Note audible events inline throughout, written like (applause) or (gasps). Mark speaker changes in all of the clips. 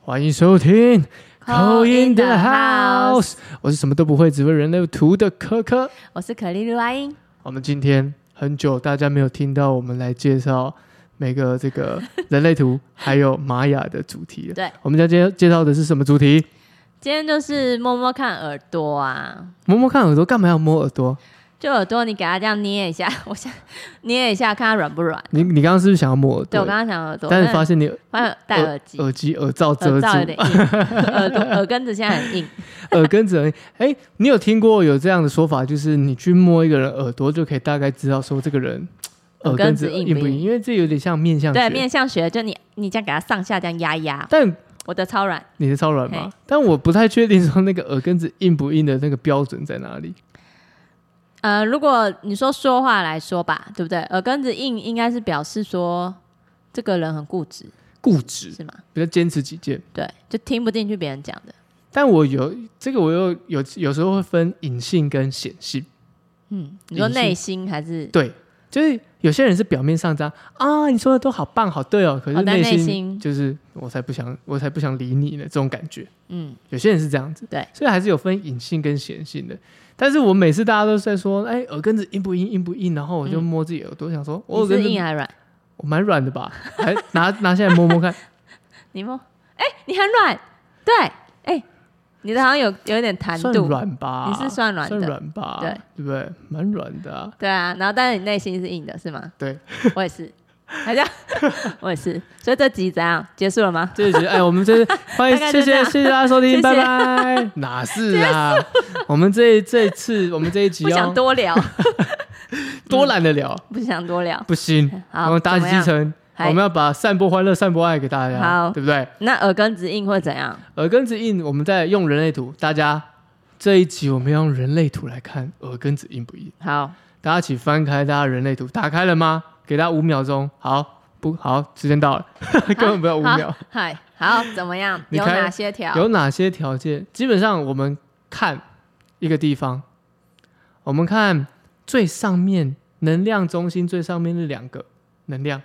Speaker 1: 欢迎收听《
Speaker 2: Call in the House
Speaker 1: 我是什么都不会，只会人类图的科科。
Speaker 2: 我是可丽露阿英，
Speaker 1: 我们今天很久大家没有听到我们来介绍每个这个人类图还有玛雅的主题了。
Speaker 2: (laughs) 对，
Speaker 1: 我们要介介绍的是什么主题？
Speaker 2: 今天就是摸摸看耳朵啊，
Speaker 1: 摸摸看耳朵，干嘛要摸耳朵？
Speaker 2: 就耳朵你给它这样捏一下， (laughs) 我想捏一下看它软不软。
Speaker 1: 你你刚刚是不是想要摸耳
Speaker 2: 对
Speaker 1: 朵
Speaker 2: 我？刚刚想耳朵，
Speaker 1: 但是发现你
Speaker 2: 发现戴耳机，
Speaker 1: 耳机耳罩遮
Speaker 2: 耳
Speaker 1: 住，
Speaker 2: 罩有点硬，耳朵耳根子现在很硬。
Speaker 1: (laughs) 耳根子而已。哎，你有听过有这样的说法，就是你去摸一个人耳朵，就可以大概知道说这个人
Speaker 2: 耳
Speaker 1: 耳
Speaker 2: 根
Speaker 1: 根
Speaker 2: 子
Speaker 1: 子
Speaker 2: 硬
Speaker 1: 硬
Speaker 2: 不
Speaker 1: 不
Speaker 2: 硬
Speaker 1: 硬？因为这有点像面相学。
Speaker 2: 对，面相学就你你这样给它上下这样压一压，
Speaker 1: 但
Speaker 2: 我的超软。
Speaker 1: 你是超软吗
Speaker 2: 嘿？
Speaker 1: 但我不太确定说那个耳根子硬不硬的那个标准在哪里。
Speaker 2: 呃，如果你说说话来说吧，对不对？耳根子硬应该是表示说这个人很固执，
Speaker 1: 固执，
Speaker 2: 是吗？
Speaker 1: 比较坚持己见。
Speaker 2: 对，就听不进去别人讲的。
Speaker 1: 但我有这个，我有有有时候会分隐性跟显性。
Speaker 2: 嗯，你说
Speaker 1: 隐性
Speaker 2: 内心还是
Speaker 1: 对，就是有些人是表面上这样啊，你说的都好棒好对哦，可
Speaker 2: 哦
Speaker 1: 是
Speaker 2: 但
Speaker 1: 内
Speaker 2: 内心
Speaker 1: 心就是我才不想，我才不想理你呢，这种感觉。
Speaker 2: 嗯
Speaker 1: 有些人是这样子，
Speaker 2: 对，
Speaker 1: 所以还是有分隐性跟显性的。但是我每次大家都是在说，哎、耳根子硬不硬，硬不硬？然后我就
Speaker 2: 嗯
Speaker 1: 摸自己耳朵，想说，哦我
Speaker 2: 你
Speaker 1: 耳根
Speaker 2: 是
Speaker 1: 子
Speaker 2: 硬啊还是软？
Speaker 1: 我蛮软的吧，还拿拿下来摸
Speaker 2: (laughs)
Speaker 1: 摸看，
Speaker 2: 你摸，哎、你很软，对，哎、你的好像有有点弹
Speaker 1: 算
Speaker 2: 度，
Speaker 1: 软吧？
Speaker 2: 你是算软的
Speaker 1: 算软吧？
Speaker 2: 对，
Speaker 1: 对不对？蛮软的、啊。
Speaker 2: 对啊，然后但是你内心是硬的，是吗？
Speaker 1: 对，
Speaker 2: 我也是，好像 (laughs) 我也是，所以这集怎样结束了吗？
Speaker 1: 这就是哎，我们
Speaker 2: (laughs)
Speaker 1: 这欢迎，
Speaker 2: 大概
Speaker 1: 谢
Speaker 2: 就这
Speaker 1: 谢
Speaker 2: 样
Speaker 1: 谢谢大家收
Speaker 2: (laughs) 谢
Speaker 1: 听，
Speaker 2: 谢
Speaker 1: 拜拜。哪是
Speaker 2: (laughs)
Speaker 1: 啊？我们这这一次，我们这一集
Speaker 2: 不想
Speaker 1: 要
Speaker 2: 多聊，
Speaker 1: 多懒得聊，
Speaker 2: 不想多聊。
Speaker 1: 不行，我
Speaker 2: 好，
Speaker 1: 们打起
Speaker 2: 怎么
Speaker 1: 精
Speaker 2: 样？
Speaker 1: 神，我
Speaker 2: 嗨
Speaker 1: 们要把散播欢乐、散播爱给大家，
Speaker 2: 好
Speaker 1: 对不对？
Speaker 2: 那耳根子硬会怎样？
Speaker 1: 耳根子硬，我们再用人类图。大家这一集我们要用人类图来看耳根子硬不硬。 (laughs)
Speaker 2: 好，
Speaker 1: 大家一起翻开大家人类图，打开了吗？给大家五秒钟。好，不好，时间到了，根本不要五
Speaker 2: 好 (laughs)
Speaker 1: 秒。
Speaker 2: 嗨，好，怎么样？
Speaker 1: 你
Speaker 2: 有
Speaker 1: 开
Speaker 2: 哪些条？
Speaker 1: 有哪些条件？基本上我们看一个地方，我们看最上面能量中心最上面那两个能量，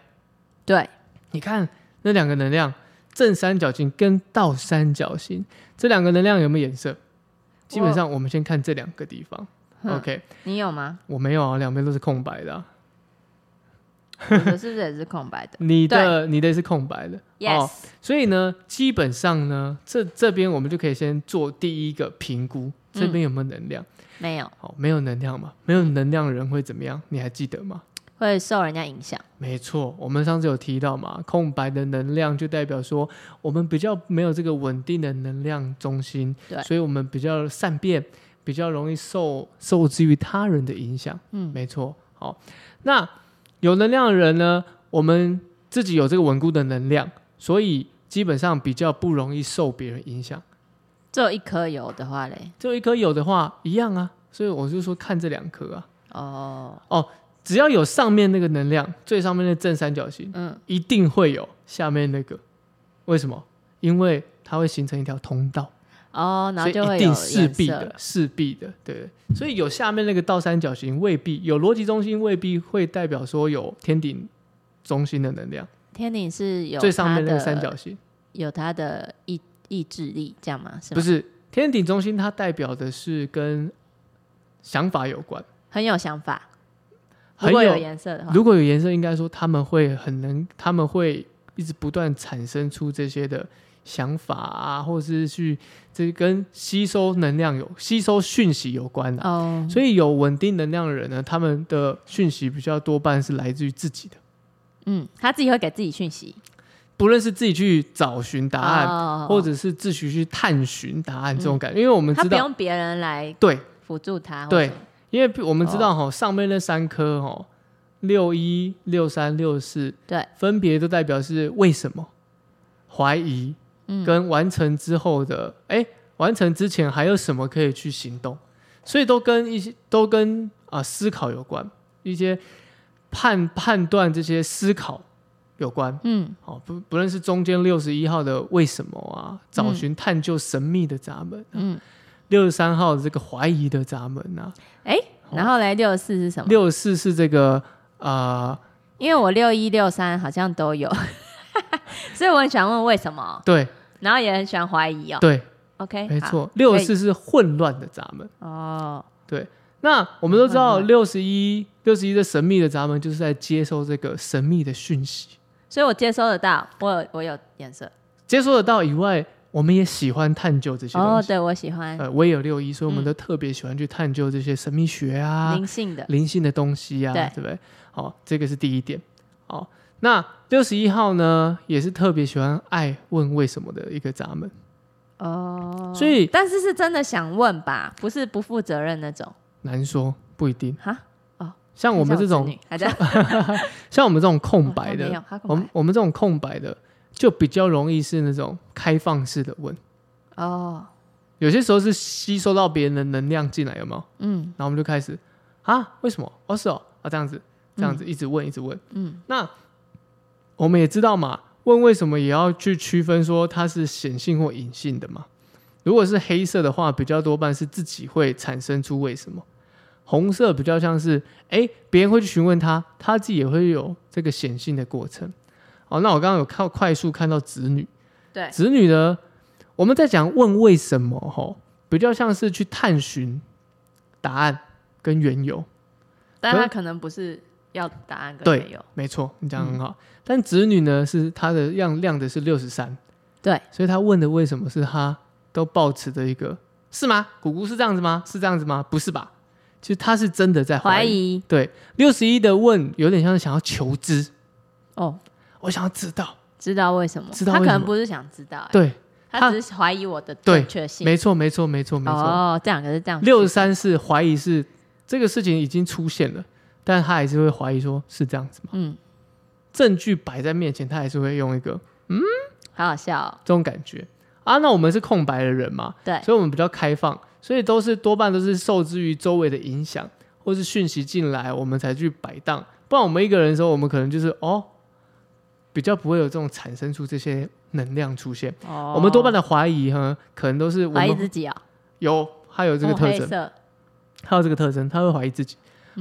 Speaker 2: 对，
Speaker 1: 你看那两个能量，正三角形跟倒三角形这两个能量有没有颜色？基本上我们先看这两个地方。
Speaker 2: 嗯
Speaker 1: OK，
Speaker 2: 你有吗？
Speaker 1: 我没有啊，两边都是空白的啊、
Speaker 2: 我的是不是也是
Speaker 1: (laughs)
Speaker 2: 空白的
Speaker 1: 你的你的是空白的哦，
Speaker 2: ？Yes，
Speaker 1: 所以呢，基本上呢，这这边我们就可以先做第一个评估，这边有没有能量？
Speaker 2: 没有，
Speaker 1: 好，没有能量嘛，没有能量人会怎么样？你还记得吗？
Speaker 2: 会受人家影响。
Speaker 1: 没错，我们上次有提到嘛，空白的能量就代表说我们比较没有这个稳定的能量中心，
Speaker 2: 对
Speaker 1: 所以我们比较善变，比较容易受受制于他人的影响。
Speaker 2: 嗯
Speaker 1: 没错。好，那有能量的人呢，我们自己有这个稳固的能量，所以基本上比较不容易受别人影响。
Speaker 2: 只有一颗有的话嘞，
Speaker 1: 只有一颗有的话，一样啊。所以我就说看这两颗啊，
Speaker 2: 哦，
Speaker 1: 只要有上面那个能量，最上面的正三角形，
Speaker 2: 嗯，
Speaker 1: 一定会有下面那个。为什么？因为它会形成一条通道，
Speaker 2: 哦，
Speaker 1: 所
Speaker 2: 然后
Speaker 1: 以
Speaker 2: 就会
Speaker 1: 一
Speaker 2: 有
Speaker 1: 定势
Speaker 2: 颜
Speaker 1: 必
Speaker 2: 色
Speaker 1: 的，势必的，对对。所以有下面那个倒三角形，未必有逻辑中心，未必会代表说有天顶中心的能量。
Speaker 2: 天顶是有
Speaker 1: 最上面
Speaker 2: 它
Speaker 1: 那个
Speaker 2: 的
Speaker 1: 三角形
Speaker 2: 有它的意意志力，这样吗？是吗
Speaker 1: 不是天顶中心，它代表的是跟想法有关。
Speaker 2: 很有想法。如
Speaker 1: 很
Speaker 2: 果有
Speaker 1: 有
Speaker 2: 颜色的话，
Speaker 1: 如果有颜色，应该说他们会很能，他们会一直不断产生出这些的想法啊，或者是去这跟吸收能量有吸收讯息有关的、
Speaker 2: 哦，
Speaker 1: 所以有稳定能量的人呢，他们的讯息比较多半是来自于自己的，
Speaker 2: 嗯，他自己会给自己讯息
Speaker 1: 不论是自己去找寻答案，
Speaker 2: 哦嗯
Speaker 1: 或者是自己去探寻答案这种感觉，因为我们
Speaker 2: 他
Speaker 1: 知
Speaker 2: 不
Speaker 1: 道，
Speaker 2: 用别人来
Speaker 1: 对
Speaker 2: 辅助他，
Speaker 1: 对
Speaker 2: 或者，
Speaker 1: 因为我们知
Speaker 2: 哦
Speaker 1: 道哈、上面那三颗哈，六一、六三、六四，
Speaker 2: 对，
Speaker 1: 分别都代表是为什么、怀疑
Speaker 2: 嗯
Speaker 1: 跟完成之后的，哎、完成之前还有什么可以去行动，所以都跟一些都跟啊、思考有关，一些判判断这些思考有关。
Speaker 2: 嗯，
Speaker 1: 哦，不不论是中间六十一号的为什么啊，找寻探究神秘的闸门、嗯
Speaker 2: 嗯，
Speaker 1: 六十三号的这个怀疑的闸门啊，
Speaker 2: 哎，然后来六四是什么？
Speaker 1: 六十四是这个啊、呃 (laughs)
Speaker 2: 因为我六一六三好像都有，所以我很想问为什么？
Speaker 1: 对，
Speaker 2: 然后也很喜欢怀疑哦。
Speaker 1: 对，
Speaker 2: OK，
Speaker 1: 没
Speaker 2: 好，
Speaker 1: 错，六
Speaker 2: 可
Speaker 1: 十
Speaker 2: 以
Speaker 1: 四是混乱的闸门。
Speaker 2: 哦，
Speaker 1: 那我们都知道
Speaker 2: 混
Speaker 1: 六十一，六十一的神秘的闸门就是在接收这个神秘的讯息，
Speaker 2: 所以我接收得到，我有我有颜色。
Speaker 1: 接收得到以外，我们也喜欢探究这些东
Speaker 2: 哦，
Speaker 1: 西。
Speaker 2: 对，我喜欢
Speaker 1: 呃，我也有六一，所以我们
Speaker 2: 嗯
Speaker 1: 都特别喜欢去探究这些神秘学啊、
Speaker 2: 灵性的。
Speaker 1: 灵性的东西呀、
Speaker 2: 对
Speaker 1: 对不对？好、这个是第一点。好、那六十一号呢，也是特别喜欢爱问为什么的一个闸门，
Speaker 2: 哦，
Speaker 1: 所以
Speaker 2: 但是是真的想问吧，不是不负责任那种
Speaker 1: 难说不一定。
Speaker 2: 哈。
Speaker 1: 像我们这种，
Speaker 2: 还在
Speaker 1: 像我们这种空白
Speaker 2: 没有，
Speaker 1: 的，
Speaker 2: 他
Speaker 1: 我
Speaker 2: 哦空
Speaker 1: 们
Speaker 2: 白
Speaker 1: 我们这种空白的，就比较容易是那种开放式的问。
Speaker 2: 哦，
Speaker 1: 有些时候是吸收到别人的能量进来，有没有？
Speaker 2: 嗯
Speaker 1: 然后我们就开始啊，为什么？哦，是哦，啊，这样子，这样子一直问，一直问。
Speaker 2: 嗯，
Speaker 1: 那我们也知道嘛，问为什么也要去区分说它是显性或隐性的嘛。如果是黑色的话，比较多半是自己会产生出为什么；红色比较像是哎，别人会去询问他，他自己也会有这个显性的过程。哦，那我刚刚有看快速看到子女，
Speaker 2: 对，
Speaker 1: 子女呢，我们在讲问为什么吼，比较像是去探寻答案跟缘由。
Speaker 2: 但
Speaker 1: 可
Speaker 2: 他可能不是要答案跟
Speaker 1: 对
Speaker 2: 没有，
Speaker 1: 没错，你讲得很好。但子女呢，是他的量量的是六十三，
Speaker 2: 对，
Speaker 1: 所以他问的为什么是他都抱持的一个是吗？姑姑是这样子吗？是这样子吗？不是吧？其实他是真的在
Speaker 2: 怀
Speaker 1: 怀疑。
Speaker 2: 疑
Speaker 1: 对，六十一的问有点像是想要求知，
Speaker 2: 哦，
Speaker 1: 我想要知道。
Speaker 2: 知道为什么？
Speaker 1: 知道
Speaker 2: 他
Speaker 1: 为
Speaker 2: 可
Speaker 1: 什么
Speaker 2: 能不是想知道，欸
Speaker 1: 对，
Speaker 2: 他
Speaker 1: 他
Speaker 2: 只是怀疑我的
Speaker 1: 对
Speaker 2: 正确性。
Speaker 1: 没错，没错，没错，没错。
Speaker 2: 哦，这两个是这样区分。
Speaker 1: 六十三是怀疑是这个事情已经出现了，但他还是会怀疑说是这样子吗？
Speaker 2: 嗯，
Speaker 1: 证据摆在面前，他还是会用一个
Speaker 2: 好好笑哦。
Speaker 1: 这种感觉啊。那我们是空白的人嘛，
Speaker 2: 对，
Speaker 1: 所以我们比较开放，所以都是多半都是受制于周围的影响或是讯息进来，我们才去摆荡。不然我们一个人的时候，我们可能就是哦，比较不会有这种产生出这些能量出现。
Speaker 2: 哦
Speaker 1: 我们多半的怀疑哈，可能都是我
Speaker 2: 怀疑
Speaker 1: 们
Speaker 2: 自己哦，
Speaker 1: 有他有这个
Speaker 2: 哦
Speaker 1: 特
Speaker 2: 黑
Speaker 1: 征，
Speaker 2: 色，
Speaker 1: 他有这个特征，他会怀疑自己，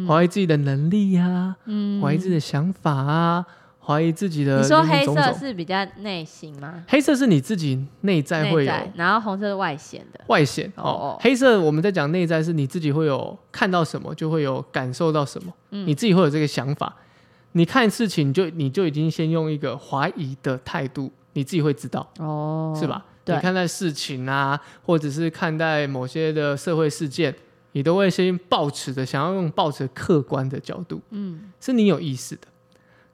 Speaker 1: 怀疑自己的能力呀、
Speaker 2: 嗯
Speaker 1: 怀疑自己的想法啊，怀疑自己的
Speaker 2: 你说
Speaker 1: 林林
Speaker 2: 黑
Speaker 1: 总
Speaker 2: 色
Speaker 1: 总
Speaker 2: 是比较内心吗？
Speaker 1: 黑色是你自己内在
Speaker 2: 内
Speaker 1: 会有
Speaker 2: 在，然后红色是外显的。
Speaker 1: 外显
Speaker 2: 哦
Speaker 1: 哦
Speaker 2: 哦，
Speaker 1: 黑色我们在讲内在，是你自己会有看到什么，就会有感受到什么，
Speaker 2: 嗯
Speaker 1: 你自己会有这个想法。你看事情你就你就已经先用一个怀疑的态度，你自己会知道、
Speaker 2: 哦
Speaker 1: 是？吧？
Speaker 2: 对
Speaker 1: 你看待事情啊，或者是看待某些的社会事件，你都会先抱持着想要用抱持客观的角度，
Speaker 2: 嗯，
Speaker 1: 是你有意识的。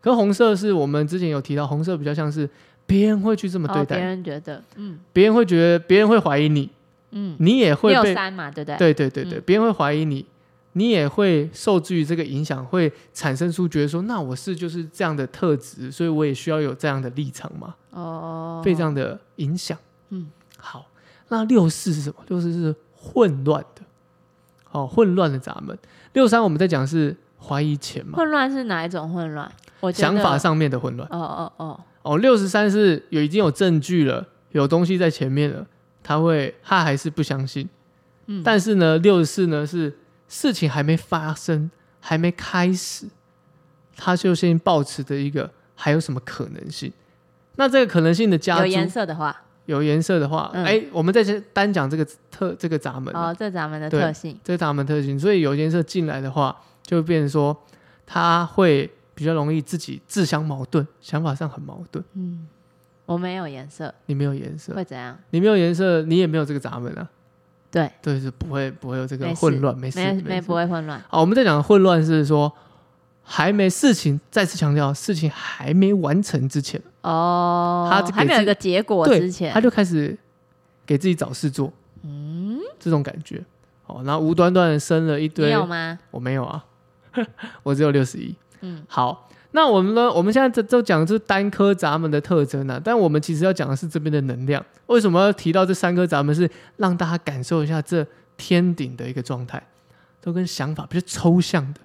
Speaker 1: 可红色是我们之前有提到，红色比较像是别人会去这么
Speaker 2: 哦
Speaker 1: 对
Speaker 2: 别
Speaker 1: 待你，
Speaker 2: 人觉得，嗯
Speaker 1: 别、人会觉得别人会怀疑你，
Speaker 2: 嗯，
Speaker 1: 你也会
Speaker 2: 六
Speaker 1: 被
Speaker 2: 三嘛，对不对？
Speaker 1: 对对对
Speaker 2: 嗯
Speaker 1: 对，别人会怀疑你，你也会受制于这个影响，会产生出觉得说，那我是就是这样的特质，所以我也需要有这样的立场嘛，
Speaker 2: 哦，
Speaker 1: 被这样的影响。
Speaker 2: 嗯，
Speaker 1: 好，那六四是什么？六四是混乱的，好、混乱的闸门。六三我们在讲是怀疑钱嘛，
Speaker 2: 混乱是哪一种混乱？我觉得
Speaker 1: 想法。上面的混乱。
Speaker 2: 哦哦哦，
Speaker 1: 哦，六十三是有已经有证据了，有东西在前面了，他会他还是不相信。
Speaker 2: 嗯
Speaker 1: 但是呢，六十四呢是事情还没发生，还没开始，他就先抱持的一个还有什么可能性？那这个可能性的加
Speaker 2: 有
Speaker 1: 注
Speaker 2: 颜色的话，
Speaker 1: 有颜色的话，哎、
Speaker 2: 嗯
Speaker 1: 我们再先单讲这个特这个闸门啊、
Speaker 2: 哦，这咱们的
Speaker 1: 对
Speaker 2: 特性，
Speaker 1: 这是他们特性，所以有颜色进来的话，就会变成说他会比较容易自己自相矛盾，想法上很矛盾。
Speaker 2: 嗯，我没有颜色
Speaker 1: 你没有颜色，
Speaker 2: 会怎样？
Speaker 1: 你没有颜色，你也没有这个闸门啊，
Speaker 2: 对，
Speaker 1: 对，是不会不会有这个
Speaker 2: 没事
Speaker 1: 混乱，没事
Speaker 2: 没
Speaker 1: 没
Speaker 2: 没
Speaker 1: 事
Speaker 2: 不会混乱。
Speaker 1: 好，我们在讲的混乱是说还没事情，再次强调事情还没完成之前，
Speaker 2: 哦，
Speaker 1: 他这个
Speaker 2: 还没有
Speaker 1: 是
Speaker 2: 一个结果
Speaker 1: 对，
Speaker 2: 之前
Speaker 1: 他，就开始给自己找事做，嗯，这种感觉。哦，然后无端端地生了一
Speaker 2: 你
Speaker 1: 堆，
Speaker 2: 有吗？
Speaker 1: 我没有啊， (laughs) 我只有六十一。
Speaker 2: 嗯，
Speaker 1: 好，那我们呢？我们现在这都讲的是单颗闸门的特征啊，但我们其实要讲的是这边的能量。为什么要提到这三颗闸门？是让大家感受一下这天顶的一个状态，都跟想法比较抽象的、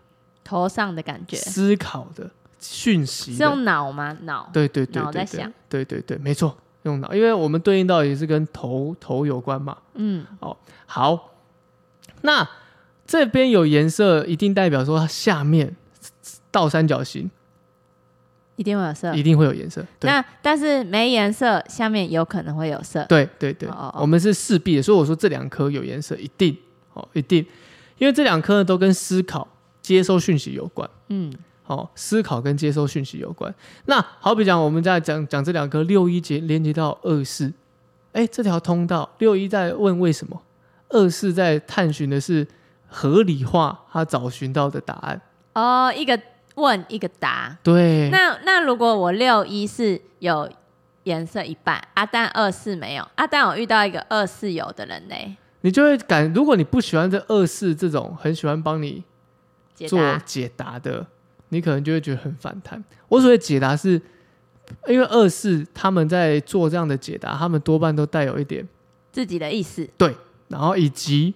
Speaker 2: 头上的感觉是
Speaker 1: 思考的讯息的，
Speaker 2: 用脑吗？脑，
Speaker 1: 对对对
Speaker 2: 脑
Speaker 1: 对
Speaker 2: 在
Speaker 1: 对
Speaker 2: 想，
Speaker 1: 对对对，没错，用脑，因为我们对应到也是跟头头有关嘛。
Speaker 2: 嗯，
Speaker 1: 好，那这边有颜色，一定代表说它下面倒三角形
Speaker 2: 一定会有色
Speaker 1: 一。定会有颜色。对
Speaker 2: 嗯那但是没颜色，下面有可能会有色。
Speaker 1: 对对对，
Speaker 2: 哦哦哦
Speaker 1: 我们是势必的，所以我说这两科有颜色，一定哦，一定，因为这两科呢都跟思考、接收讯息有关。
Speaker 2: 嗯，
Speaker 1: 哦，思考跟接收讯息有关。那好比讲，我们在讲讲这两科，六一节连接到二四，哎，这条通道六一在问为什么，二四在探寻的是合理化他找寻到的答案。
Speaker 2: 哦，一个问一个答。
Speaker 1: 对，
Speaker 2: 那那如果我六一是有颜色一半，啊，但二四没有，啊，但我遇到一个二四有的人嘞，
Speaker 1: 你就会感，如果你不喜欢这二四这种很喜欢帮你
Speaker 2: 解
Speaker 1: 做
Speaker 2: 答
Speaker 1: 解答的，你可能就会觉得很反弹。我所谓解答是，因为二四他们在做这样的解答，他们多半都带有一点，
Speaker 2: 自己的意思。
Speaker 1: 然后以及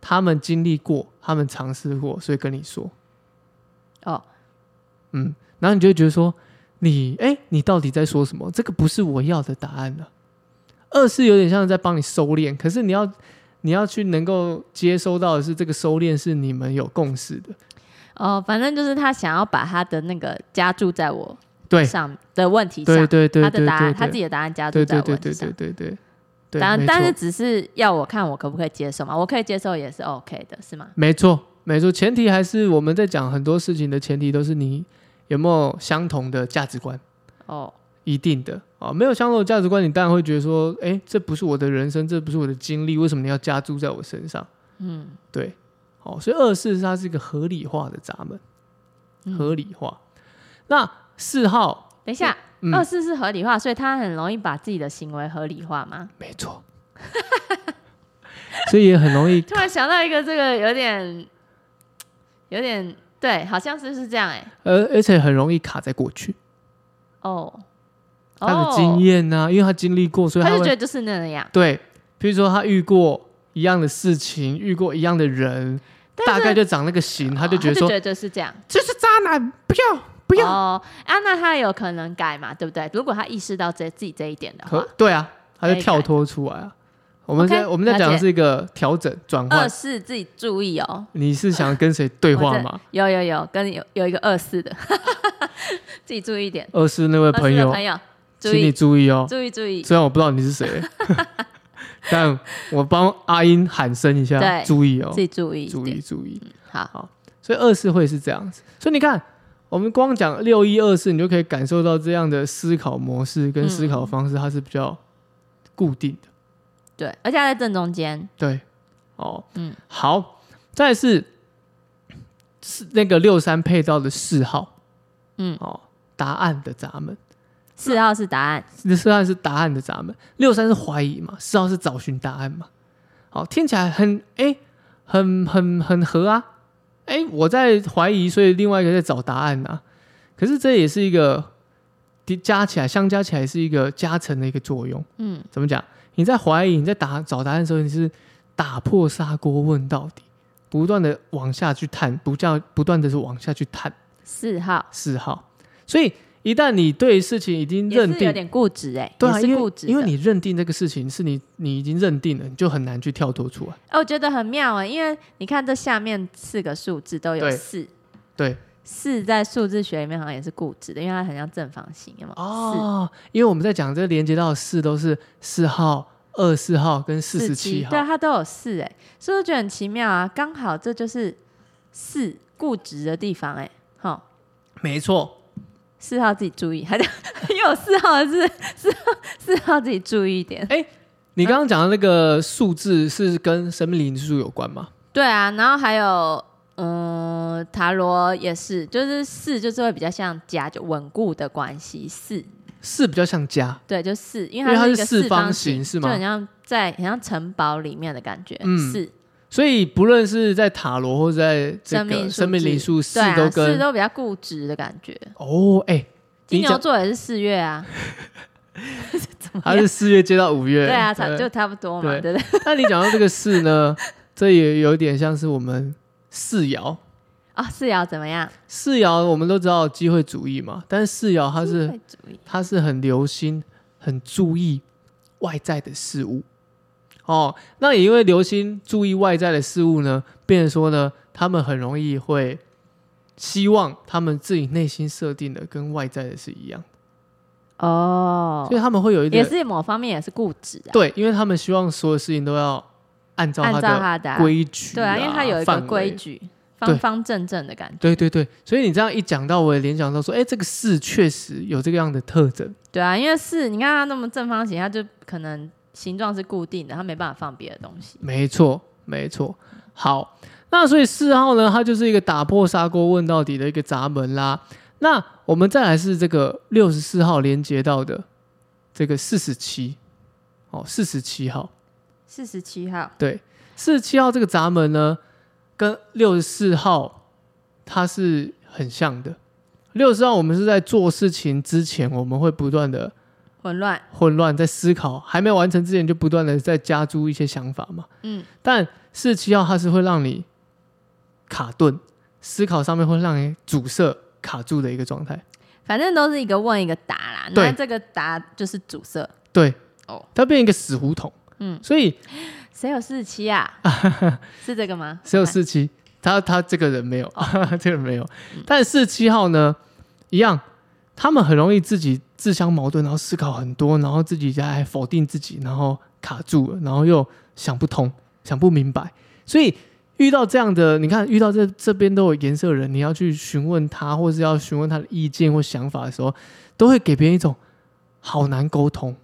Speaker 1: 他们经历过，他们尝试过，所以跟你说，
Speaker 2: 哦，
Speaker 1: 嗯，然后你就会觉得说，你哎，你到底在说什么？这个不是我要的答案了、二四有点像是在帮你收敛，可是你要你要去能够接收到的是这个收敛是你们有共识的，
Speaker 2: 哦，反正就是他想要把他的那个加注在我
Speaker 1: 对
Speaker 2: 上的问题上，
Speaker 1: 对对对
Speaker 2: 他
Speaker 1: 对对
Speaker 2: 的答案，他
Speaker 1: 对
Speaker 2: 自己的答案加注
Speaker 1: 对对
Speaker 2: 在我
Speaker 1: 对
Speaker 2: 问题
Speaker 1: 对
Speaker 2: 上
Speaker 1: 对。对对对，
Speaker 2: 但
Speaker 1: 没
Speaker 2: 但
Speaker 1: 错
Speaker 2: 是只是要我看我可不可以接受嘛？我可以接受也是 OK 的，是吗？
Speaker 1: 没错没错，前提还是我们在讲很多事情的前提都是你有没有相同的价值观，
Speaker 2: 哦，
Speaker 1: 一定的啊、没有相同的价值观，你当然会觉得说，哎，这不是我的人生，这不是我的经历，为什么你要加注在我身上？
Speaker 2: 嗯，
Speaker 1: 对，哦，所以二四它是一个合理化的闸门，
Speaker 2: 嗯
Speaker 1: 合理化。那四号，
Speaker 2: 等一下，
Speaker 1: 嗯
Speaker 2: 二四是合理化，所以他很容易把自己的行为合理化吗？
Speaker 1: 没错， (laughs) 所以也很容易
Speaker 2: 突然想到一个，这个有点，有点对，好像是是这样哎、
Speaker 1: 呃而而且很容易卡在过去，
Speaker 2: 哦，
Speaker 1: 他的经
Speaker 2: 哦，
Speaker 1: 验啊呢、因为他经历过，所以
Speaker 2: 他
Speaker 1: 他
Speaker 2: 就
Speaker 1: 会
Speaker 2: 觉得就是那样。
Speaker 1: 对，比如说他遇过一样的事情，遇过一样的人，大概就长那个形，他就觉得说
Speaker 2: 哦他就觉得就是这样，
Speaker 1: 就是渣男，不要不
Speaker 2: 不
Speaker 1: 要，
Speaker 2: 哦啊，那他有可能改嘛，对不对？如果他意识到这自己这一点的话
Speaker 1: 可，对啊，他就
Speaker 2: 可以
Speaker 1: 跳
Speaker 2: 改
Speaker 1: 脱出来啊。我们
Speaker 2: OK，
Speaker 1: 在我们在讲
Speaker 2: 了
Speaker 1: 的
Speaker 2: 解
Speaker 1: 是一个调整转
Speaker 2: 二
Speaker 1: 换，
Speaker 2: 四自己注意哦。
Speaker 1: 你是想跟谁对话吗？
Speaker 2: 有有有，跟有有一个二四的， (laughs) 自己注意一点。
Speaker 1: 二是那位
Speaker 2: 二四
Speaker 1: 朋
Speaker 2: 的
Speaker 1: 友
Speaker 2: 朋，友，注
Speaker 1: 请你
Speaker 2: 意
Speaker 1: 注意哦。
Speaker 2: 注意注意，
Speaker 1: 虽然我不知道你是
Speaker 2: (laughs)
Speaker 1: 谁，但我帮阿英喊声一下，
Speaker 2: 对
Speaker 1: 注意哦
Speaker 2: 自，己注意一
Speaker 1: 注意
Speaker 2: 点。嗯
Speaker 1: 注意。
Speaker 2: 好，
Speaker 1: 所以二四会是这样子。所以你看，我们光讲六一二四，你就可以感受到这样的思考模式
Speaker 2: 嗯
Speaker 1: 跟思考方式，它是比较固定的。
Speaker 2: 对，而且他在正中间，
Speaker 1: 对，哦，
Speaker 2: 嗯，
Speaker 1: 好，再来是是那个六三配到的四号，
Speaker 2: 嗯，
Speaker 1: 哦，答案的闸门，
Speaker 2: 四号是答案。
Speaker 1: 四号是答案的闸门，六三是怀疑嘛，四号是找寻答案嘛。好，听起来很哎、很很很合啊。哎、我在怀疑，所以另外一个在找答案啊。可是这也是一个叠加起来，相加起来是一个加成的一个作用。
Speaker 2: 嗯，
Speaker 1: 怎么讲？你在怀疑，你在打找答案的时候，你是打破砂锅问到底，不断的往下去探，不叫不断的是往下去探
Speaker 2: 四号
Speaker 1: 四号。所以一旦你对事情已经
Speaker 2: 也
Speaker 1: 认
Speaker 2: 是
Speaker 1: 定
Speaker 2: 有，点固执哎，
Speaker 1: 对啊，
Speaker 2: 也
Speaker 1: 因
Speaker 2: 是固
Speaker 1: 为
Speaker 2: 执的。
Speaker 1: 因为你认定这个事情是你你已经认定了，你就很难去跳脱出来。
Speaker 2: 哎，我觉得很妙啊，因为你看这下面四个数字都有
Speaker 1: 对
Speaker 2: 四，
Speaker 1: 对，
Speaker 2: 四在数字学里面好像也是固执的，因为它很像正方形，有没有？四，
Speaker 1: 哦，因为我们在讲这个连接到的四都是四号、二四号跟四十七
Speaker 2: 47
Speaker 1: 号
Speaker 2: 对，啊，它都有四哎，所以我觉得很奇妙啊，刚好这就是四固执的地方哎，好、
Speaker 1: 没错。
Speaker 2: 四号自己注意，还是 (laughs) 又有四号的是 (laughs) 四号四号自己注意一点。
Speaker 1: 你刚刚讲的那个数字是跟生命灵数有关吗？
Speaker 2: 对啊，然后还有嗯，塔罗也是，就是四就是会比较像家，就稳固的关系四。
Speaker 1: 四比较像家，
Speaker 2: 对，就四，因
Speaker 1: 因为
Speaker 2: 它
Speaker 1: 它是
Speaker 2: 一个
Speaker 1: 四方
Speaker 2: 方
Speaker 1: 形是吗
Speaker 2: 就很像在很像城堡里面的感觉，
Speaker 1: 嗯
Speaker 2: 四
Speaker 1: 所以不论是在塔罗或者在这
Speaker 2: 生
Speaker 1: 个
Speaker 2: 命
Speaker 1: 生命灵数，
Speaker 2: 四
Speaker 1: 四都
Speaker 2: 啊四
Speaker 1: 跟、
Speaker 2: 都比较固执的感觉。
Speaker 1: 哦，
Speaker 2: (laughs)
Speaker 1: 哎、你
Speaker 2: 金牛
Speaker 1: 讲
Speaker 2: 座也是四月啊，
Speaker 1: 它是四月接到五月，
Speaker 2: 对啊，差就差不多嘛，
Speaker 1: 对
Speaker 2: 对不对？
Speaker 1: 那你讲到这个四呢，这也有点像是我们四爻。
Speaker 2: 啊，四爻怎么样？
Speaker 1: 四爻我们都知道机会主义嘛，但是四爻它
Speaker 2: 机
Speaker 1: 是
Speaker 2: 会主义
Speaker 1: 它是很留心、很注意外在的事物。哦，那也因为留心注意外在的事物呢，变成说呢，他们很容易会希望他们自己内心设定的跟外在的是一样，
Speaker 2: 哦
Speaker 1: 所，以他们会有一
Speaker 2: 也
Speaker 1: 点
Speaker 2: 是某方面也是固执啊，
Speaker 1: 对，因为他们希望所有事情都要按照
Speaker 2: 按
Speaker 1: 他
Speaker 2: 照
Speaker 1: 的
Speaker 2: 他的啊
Speaker 1: 规矩、
Speaker 2: 对啊，因为他有一个
Speaker 1: 范围
Speaker 2: 规矩，
Speaker 1: 对
Speaker 2: 方方正正的感觉，
Speaker 1: 对对对，所以你这样一讲到，我也联想到说，哎，这个四确实有这个样的特征。
Speaker 2: 对啊，因为是你看它那么正方形，它就可能形状是固定的，它没办法放别的东西。
Speaker 1: 没错，没错。好，那所以四号呢，它就是一个打破砂锅问到底的一个闸门啦。那我们再来是这个六十四号连接到的这个四十七，哦，四十七号，
Speaker 2: 四十七号，
Speaker 1: 对，四十七号这个闸门呢，跟六十四号它是很像的。六十四号我们是在做事情之前，我们会不断的
Speaker 2: 混乱，
Speaker 1: 混乱，在思考，还没有完成之前就不断的在加诸一些想法嘛。
Speaker 2: 嗯，
Speaker 1: 但四十七号它是会让你卡顿，思考上面会让你阻塞、卡住的一个状态。
Speaker 2: 反正都是一个问一个答啦。
Speaker 1: 对
Speaker 2: 那这个答就是阻塞，
Speaker 1: 对，
Speaker 2: 哦，
Speaker 1: 它变成一个死胡同。
Speaker 2: 嗯，
Speaker 1: 所以
Speaker 2: 谁有四十
Speaker 1: (laughs)
Speaker 2: 七啊？是这个吗？
Speaker 1: 只有四七，他他这个人没有， (laughs) 这个人没有。但四七号呢，一样，他们很容易自己自相矛盾，然后思考很多，然后自己在否定自己，然后卡住了，然后又想不通，想不明白。所以遇到这样的，你看遇到这这边都有颜色的人，你要去询问他，或是要询问他的意见或想法的时候，都会给别人一种好难沟通。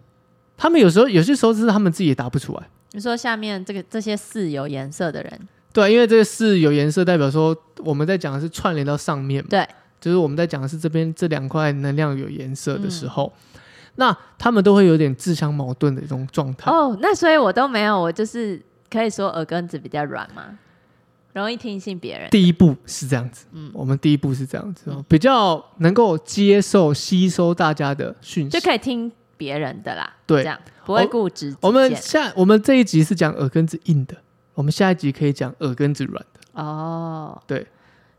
Speaker 1: 他们有时候有些时候是他们自己也答不出来。
Speaker 2: 你说下面这个这些四有颜色的人，
Speaker 1: 对，因为这个四有颜色，代表说我们在讲的是串联到上面嘛。
Speaker 2: 对，
Speaker 1: 就是我们在讲的是这边这两块能量有颜色的时候，
Speaker 2: 嗯
Speaker 1: 那他们都会有点自相矛盾的一种状态。
Speaker 2: 哦，那所以我都没有，我就是可以说耳根子比较软嘛，容易听信别人。
Speaker 1: 第一步是这样子，嗯，我们第一步是这样子，
Speaker 2: 嗯
Speaker 1: 哦，比较能够接受、吸收大家的讯
Speaker 2: 就
Speaker 1: 息。
Speaker 2: 可以听别人的啦，
Speaker 1: 对
Speaker 2: 这样不会
Speaker 1: 我
Speaker 2: 固执己见。
Speaker 1: 我们下我们这一集是讲耳根子硬的，我们下一集可以讲耳根子软的，
Speaker 2: 哦，
Speaker 1: 对，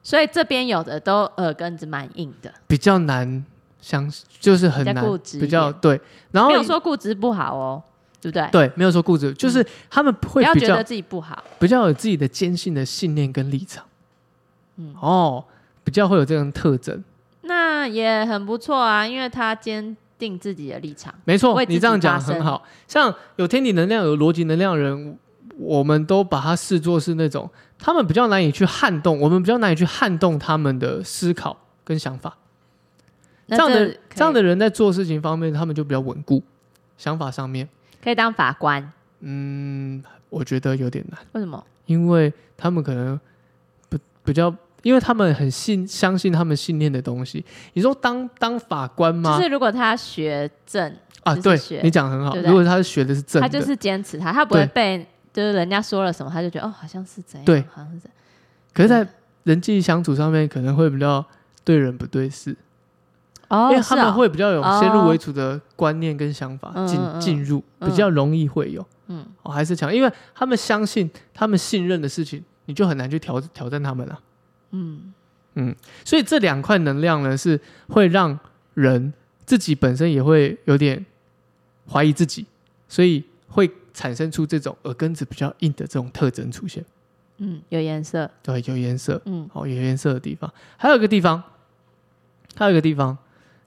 Speaker 2: 所以这边有的都耳根子蛮硬的，
Speaker 1: 比较难相，就是很
Speaker 2: 比较
Speaker 1: 难
Speaker 2: 固，执一
Speaker 1: 比较
Speaker 2: 点
Speaker 1: 对。然后
Speaker 2: 没有说嗯固执不好哦，对不对？
Speaker 1: 哦对，没有说固执，就是他们
Speaker 2: 不
Speaker 1: 会
Speaker 2: 要
Speaker 1: 比
Speaker 2: 觉
Speaker 1: 较
Speaker 2: 得自己不好，
Speaker 1: 比较有自己的坚信的信念跟立场，
Speaker 2: 嗯
Speaker 1: 哦，比较会有这种特征，
Speaker 2: 那也很不错啊，因为他坚定自己的立场。
Speaker 1: 没错
Speaker 2: 为，自己
Speaker 1: 你这样讲
Speaker 2: 发声
Speaker 1: 很好。像有天体能量、有逻辑能量的人，我们都把它视作是那种他们比较难以去撼动，我们比较难以去撼动他们的思考跟想法。
Speaker 2: 那
Speaker 1: 这样的
Speaker 2: 可以
Speaker 1: 这样的人在做事情方面，他们就比较稳固，想法上面，
Speaker 2: 可以当法官，
Speaker 1: 嗯，我觉得有点难。
Speaker 2: 为什么？
Speaker 1: 因为他们可能不比较，因为他们很信相信他们信念的东西。你说当当法官吗？
Speaker 2: 就是如果他学正，
Speaker 1: 啊，
Speaker 2: 就是
Speaker 1: 对
Speaker 2: 学
Speaker 1: 你讲得很好。
Speaker 2: 对不对
Speaker 1: 如果他是学的是正
Speaker 2: 他
Speaker 1: 的，
Speaker 2: 就是坚持他，他不会
Speaker 1: 对
Speaker 2: 被就是人家说了什么，他就觉得哦，好像是怎样，
Speaker 1: 对
Speaker 2: 好像是怎样。
Speaker 1: 可是，在人际相处上面可能会比较对人不对事，
Speaker 2: 哦，
Speaker 1: 因为他
Speaker 2: 是
Speaker 1: 们
Speaker 2: 哦
Speaker 1: 会比较有
Speaker 2: 哦
Speaker 1: 先入为主的观念跟想法
Speaker 2: 嗯
Speaker 1: 进、
Speaker 2: 嗯嗯
Speaker 1: 进入，
Speaker 2: 嗯
Speaker 1: 比较容易会有。
Speaker 2: 嗯，
Speaker 1: 哦，还是强，因为他们相信他们信任的事情，你就很难去挑挑战他们了、
Speaker 2: 嗯，
Speaker 1: 所以这两块能量呢，是会让人自己本身也会有点怀疑自己，所以会产生出这种耳根子比较硬的这种特征出现。
Speaker 2: 嗯，有颜色，
Speaker 1: 对，有颜色，
Speaker 2: 嗯，
Speaker 1: 哦，有颜色的地方，还有一个地方，还有一个地方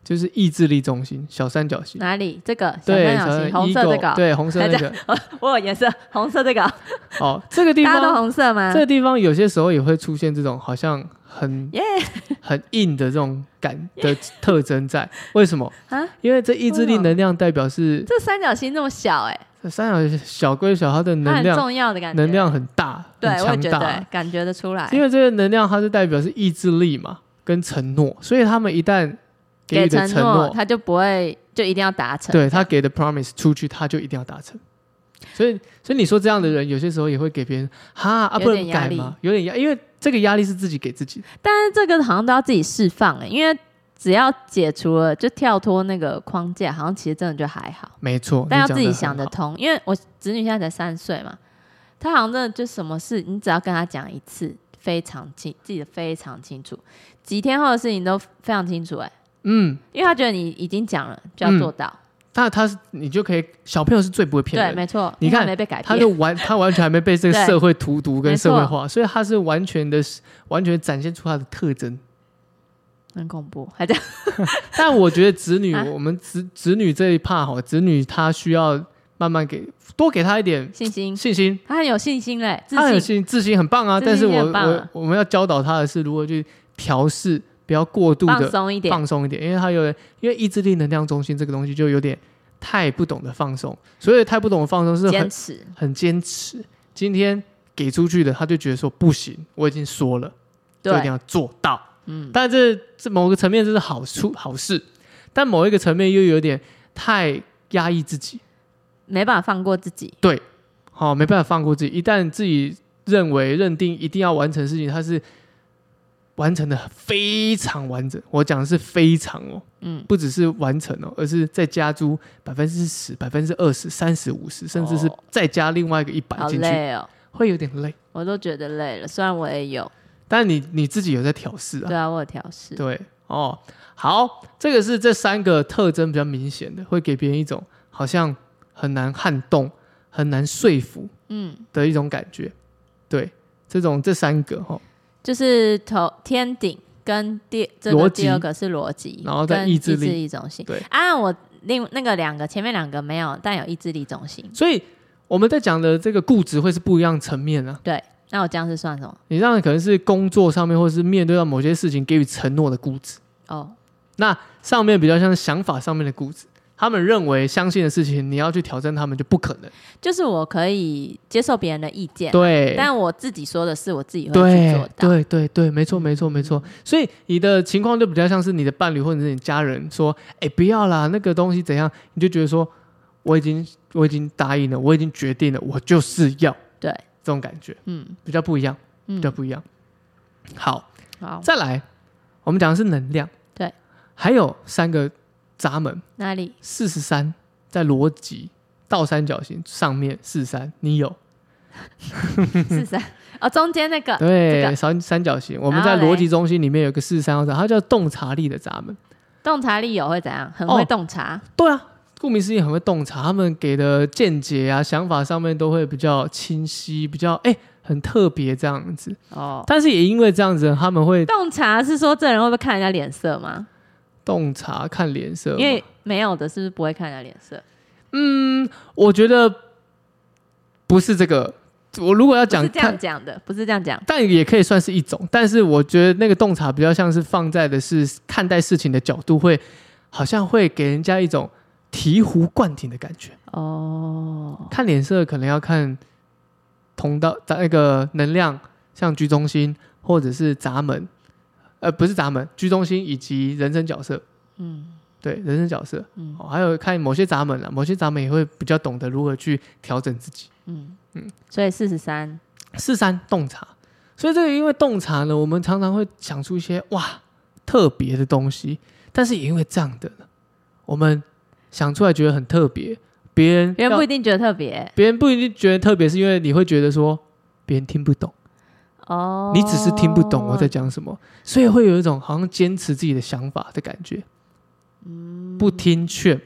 Speaker 1: 就是意志力中心，小三角形。
Speaker 2: 哪里？这个啊小
Speaker 1: 对，
Speaker 2: 三
Speaker 1: 小
Speaker 2: 角
Speaker 1: 三
Speaker 2: 形，红色这
Speaker 1: ego，
Speaker 2: 个哦，
Speaker 1: 对，红色那个，
Speaker 2: 我有颜色，红色这个哦，
Speaker 1: 哦，这个地
Speaker 2: 大家都
Speaker 1: 方，
Speaker 2: 红色吗
Speaker 1: 这？个地方有些时候也会出现这种好像很
Speaker 2: (laughs) 耶
Speaker 1: (laughs) 很硬的这种感的特征在。为什么？
Speaker 2: 啊，
Speaker 1: 因为这意志力能量代表是
Speaker 2: 这三角形那么小哎、
Speaker 1: 三角小归小，它的
Speaker 2: 它
Speaker 1: 能
Speaker 2: 很
Speaker 1: 量
Speaker 2: 重要的感觉，
Speaker 1: 能量很大，
Speaker 2: 对，
Speaker 1: 很
Speaker 2: 我也
Speaker 1: 强
Speaker 2: 觉
Speaker 1: 大
Speaker 2: 得。欸感觉得出来，
Speaker 1: 因为这个能量它是代表是意志力嘛，跟承诺，所以他们一旦给
Speaker 2: 给
Speaker 1: 予的承
Speaker 2: 诺
Speaker 1: 诺，
Speaker 2: 他就不会就一定要达成，
Speaker 1: 对他给的 promise 出去，他就一定要达成。所以，所以你说这样的人，有些时候也会给别人哈啊，
Speaker 2: 嗯有
Speaker 1: 不
Speaker 2: 点
Speaker 1: 能
Speaker 2: 压
Speaker 1: 改
Speaker 2: 力
Speaker 1: 嘛，有点压，因为这个压力是自己给自己的。
Speaker 2: 但是这个好像都要自己释放哎、因为只要解除了就跳脱那个框架，好像其实真的就还好，
Speaker 1: 没错，
Speaker 2: 但
Speaker 1: 哦你
Speaker 2: 要
Speaker 1: 讲
Speaker 2: 自己
Speaker 1: 得
Speaker 2: 想
Speaker 1: 很
Speaker 2: 得
Speaker 1: 好
Speaker 2: 通，因为我侄女现在才三岁嘛，她好像真的就什么事，你只要跟她讲一次，非常清，记得非常清楚，几天后的事情都非常清楚哎、
Speaker 1: 嗯，
Speaker 2: 因为她觉得你已经讲了就要
Speaker 1: 嗯
Speaker 2: 做到，
Speaker 1: 那他是你就可以，小朋友是最不会骗
Speaker 2: 对，
Speaker 1: 人的，
Speaker 2: 没错，
Speaker 1: 你
Speaker 2: 因为她
Speaker 1: 看
Speaker 2: 没被改变，
Speaker 1: 他就
Speaker 2: (laughs)
Speaker 1: 完，他完全还没被这个
Speaker 2: 对
Speaker 1: 社会荼毒跟
Speaker 2: 没
Speaker 1: 社
Speaker 2: 错
Speaker 1: 会化，所以他是完全的，完全展现出他的特征
Speaker 2: 很恐怖，还在 (laughs)
Speaker 1: 但我觉得子女，
Speaker 2: 啊
Speaker 1: 我们子子女这一怕哈，子女他需要慢慢给多给他一点
Speaker 2: 信心，
Speaker 1: 信心，
Speaker 2: 他很有信心嘞，自
Speaker 1: 他很有
Speaker 2: 信，
Speaker 1: 信自信很棒啊，
Speaker 2: 自信
Speaker 1: 但是
Speaker 2: 心
Speaker 1: 我
Speaker 2: 很棒啊
Speaker 1: 我我们要教导他的是如何去调试，不要过度
Speaker 2: 放
Speaker 1: 的
Speaker 2: 松一点，
Speaker 1: 放松一点，因为他有因为意志力能量中心这个东西就有点太不懂得放松，所以太不懂得放松是
Speaker 2: 坚
Speaker 1: 很
Speaker 2: 持，
Speaker 1: 很坚持。今天给出去的，他就觉得说不行，我已经说了，就一定
Speaker 2: 对，
Speaker 1: 要做到。
Speaker 2: 嗯，
Speaker 1: 但这这某个层面这是好处好事，但某一个层面又有点太压抑自己，
Speaker 2: 没办法放过自己，
Speaker 1: 好、没办法放过自己。一旦自己认为认定一定要完成的事情，它是完成的非常完整。我讲的是非常哦，
Speaker 2: 嗯，
Speaker 1: 不只是完成哦，而是再加诸百分之十、百分之二十、三十、五十，甚至是
Speaker 2: 哦
Speaker 1: 再加另外一个一百
Speaker 2: 好
Speaker 1: 进去，
Speaker 2: 累哦，
Speaker 1: 会有点累。
Speaker 2: 我都觉得累了，虽然我也有，
Speaker 1: 但你你自己有在调试啊
Speaker 2: 对，啊，我有调试，
Speaker 1: 对哦，好，这个是这三个特征比较明显的，会给别人一种好像很难撼动、很难说服
Speaker 2: 嗯，
Speaker 1: 的一种感觉。对，这种这三个哈、哦，
Speaker 2: 就是头天顶跟第这
Speaker 1: 逻
Speaker 2: 个
Speaker 1: 辑
Speaker 2: 第二个是逻辑，
Speaker 1: 然后再
Speaker 2: 跟
Speaker 1: 意
Speaker 2: 意
Speaker 1: 志力
Speaker 2: 力中心，
Speaker 1: 对
Speaker 2: 啊，我另那个两个前面两个没有，但有意志力中心，
Speaker 1: 所以我们在讲的这个固执会是不一样层面啊。
Speaker 2: 对，那我这样是算什么？
Speaker 1: 你让可能是工作上面，或是面对到某些事情给予承诺的固执，
Speaker 2: 哦，
Speaker 1: 上面比较像是想法上面的固执。他们认为相信的事情，你要去挑战他们就不可能。
Speaker 2: 就是我可以接受别人的意见，
Speaker 1: 对，
Speaker 2: 但我自己说的是我自己会去做嗯
Speaker 1: 对
Speaker 2: 到。
Speaker 1: 对对对，没错没错没错。所以你的情况就比较像是你的伴侣或者是你家人说：“哎，不要啦，那个东西怎样？”你就觉得说：“我已经我已经答应了，我已经决定了，我就是要。”
Speaker 2: 对
Speaker 1: 这种感觉
Speaker 2: 嗯
Speaker 1: 比较不一样，比较
Speaker 2: 嗯，
Speaker 1: 不一样。好，
Speaker 2: 好，
Speaker 1: 再来，我们讲的是能量。
Speaker 2: 对，
Speaker 1: 还有三个闸门，
Speaker 2: 哪里？
Speaker 1: 四十三在逻辑倒三角形上面四十三，你有？
Speaker 2: 四三哦，中间那 (laughs) 个这
Speaker 1: 嗯对，
Speaker 2: 个
Speaker 1: 三三角形，我们
Speaker 2: 然后
Speaker 1: 在逻
Speaker 2: 嘞
Speaker 1: 辑中心里面有一个四十三号闸，它叫洞察力的闸门。
Speaker 2: 洞察力有会怎样？很
Speaker 1: 哦
Speaker 2: 会洞察，
Speaker 1: 对啊，顾名思义很会洞察，他们给的见解啊、想法上面都会比较清晰，比较哎、很特别这样子。
Speaker 2: 哦，
Speaker 1: 但是也因为这样子，他们会
Speaker 2: 洞察是说这人会不会看人家脸色吗？
Speaker 1: 洞察看脸色嘛。
Speaker 2: 因为没有的，是不是不会看人家脸色？
Speaker 1: 我觉得不是这个，我如果要
Speaker 2: 不
Speaker 1: 讲
Speaker 2: 是这样
Speaker 1: 看
Speaker 2: 讲的，不是这样讲。
Speaker 1: 但也可以算是一种，但是我觉得那个洞察比较像是放在的是看待事情的角度会，好像会给人家一种醍醐灌顶的感觉。
Speaker 2: 哦，
Speaker 1: 看脸色可能要看通道在那个能量，像居中心或者是闸门，呃，不是闸门，居中心以及人生角色，
Speaker 2: 嗯
Speaker 1: 对人生角色，
Speaker 2: 嗯
Speaker 1: 哦，还有看某些闸门啊，某些闸门也会比较懂得如何去调整自己。
Speaker 2: 嗯嗯，所以四十三，
Speaker 1: 四三洞察，所以这个因为洞察呢，我们常常会想出一些哇特别的东西，但是也因为这样的呢，我们想出来觉得很特别，别人
Speaker 2: 别人不
Speaker 1: 要
Speaker 2: 一定觉得特别
Speaker 1: 别人不一定觉得特别，是因为你会觉得说别人听不懂，
Speaker 2: 哦。
Speaker 1: 你只是听不懂我在讲什么，所以会有一种好像坚持自己的想法的感觉，
Speaker 2: 嗯
Speaker 1: 不听劝，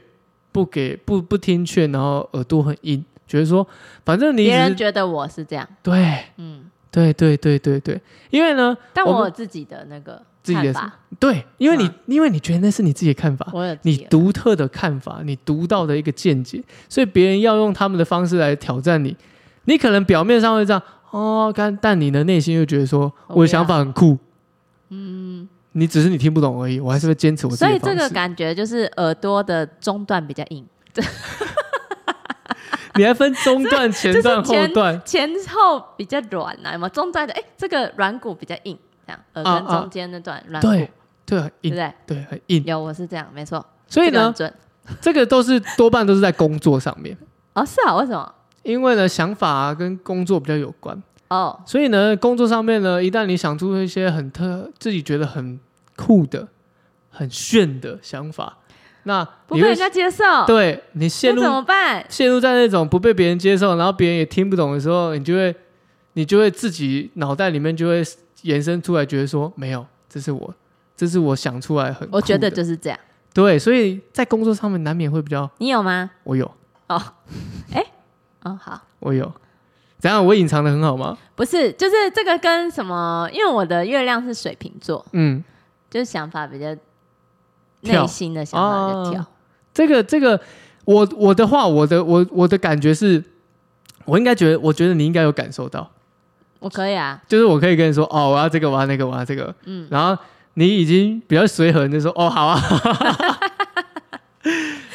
Speaker 1: 不给不不听劝，然后耳朵很硬，觉得说反正你
Speaker 2: 别人
Speaker 1: 只是
Speaker 2: 觉得我是这样，
Speaker 1: 对
Speaker 2: 嗯，
Speaker 1: 对对对对对，因为呢。
Speaker 2: 但
Speaker 1: 我们
Speaker 2: 我有自己的那个
Speaker 1: 自己的
Speaker 2: 看法，
Speaker 1: 对，因为你、
Speaker 2: 嗯
Speaker 1: 因为你觉得那是你自己的看法，
Speaker 2: 我有自
Speaker 1: 你
Speaker 2: 己的
Speaker 1: 独特的看法，你独到的一个见解，所以别人要用他们的方式来挑战你，你可能表面上会这样哦，但但你的内心又觉得说
Speaker 2: 我
Speaker 1: 我
Speaker 2: 不
Speaker 1: 的想法很酷，嗯，你只是你听不懂而已，我还是会坚持我自
Speaker 2: 所
Speaker 1: 己
Speaker 2: 以
Speaker 1: 的方
Speaker 2: 这
Speaker 1: 式。
Speaker 2: 个感觉就是耳朵的中段比较硬，
Speaker 1: (laughs) 你还分中段、前段、
Speaker 2: 这是前
Speaker 1: 后段。
Speaker 2: 前后比较软呐、有没有？中段的哎、这个软骨比较硬，这样耳
Speaker 1: 啊
Speaker 2: 根
Speaker 1: 啊
Speaker 2: 中间那段软骨，
Speaker 1: 对对，很
Speaker 2: 对
Speaker 1: 硬
Speaker 2: 不，对？
Speaker 1: 对很硬。
Speaker 2: 有，我是这样，没错。
Speaker 1: 所以
Speaker 2: 这个
Speaker 1: 呢
Speaker 2: 很，准
Speaker 1: 这个都是多半都是在工作上面，
Speaker 2: 哦，是啊，为什么？
Speaker 1: 因为呢想法啊跟工作比较有关。
Speaker 2: 哦，
Speaker 1: 所以呢，工作上面呢，一旦你想出一些很特、自己觉得很酷的、很炫的想法，那
Speaker 2: 不
Speaker 1: 你
Speaker 2: 被
Speaker 1: 会
Speaker 2: 人家接受，
Speaker 1: 对你陷
Speaker 2: 那怎么
Speaker 1: 入
Speaker 2: 办？
Speaker 1: 陷入在那种不被别人接受，然后别人也听不懂的时候，你就会你就会自己脑袋里面就会延伸出来，觉得说没有，这是我，这是我想出来很酷的，
Speaker 2: 我觉得就是这样，
Speaker 1: 对，所以在工作上面难免会比较，
Speaker 2: 你有吗？
Speaker 1: 我有，
Speaker 2: 哦，好，
Speaker 1: 我有，怎样？我隐藏的很好吗？
Speaker 2: 不是，就是这个跟什么？因为我的月亮是水瓶座，
Speaker 1: 嗯，
Speaker 2: 就是想法比较
Speaker 1: 跳哦
Speaker 2: 内心的想法比较跳，
Speaker 1: 这个这个，我我的话，我的我我的感觉是，我应该觉得，我觉得你应该有感受到，
Speaker 2: 我可
Speaker 1: (laughs)
Speaker 2: 以啊，
Speaker 1: 就是我可以跟你说，哦，我要这个，我要那个，我要这个，
Speaker 2: 嗯，
Speaker 1: 然后你已经比较随和，你就说，哦，好啊。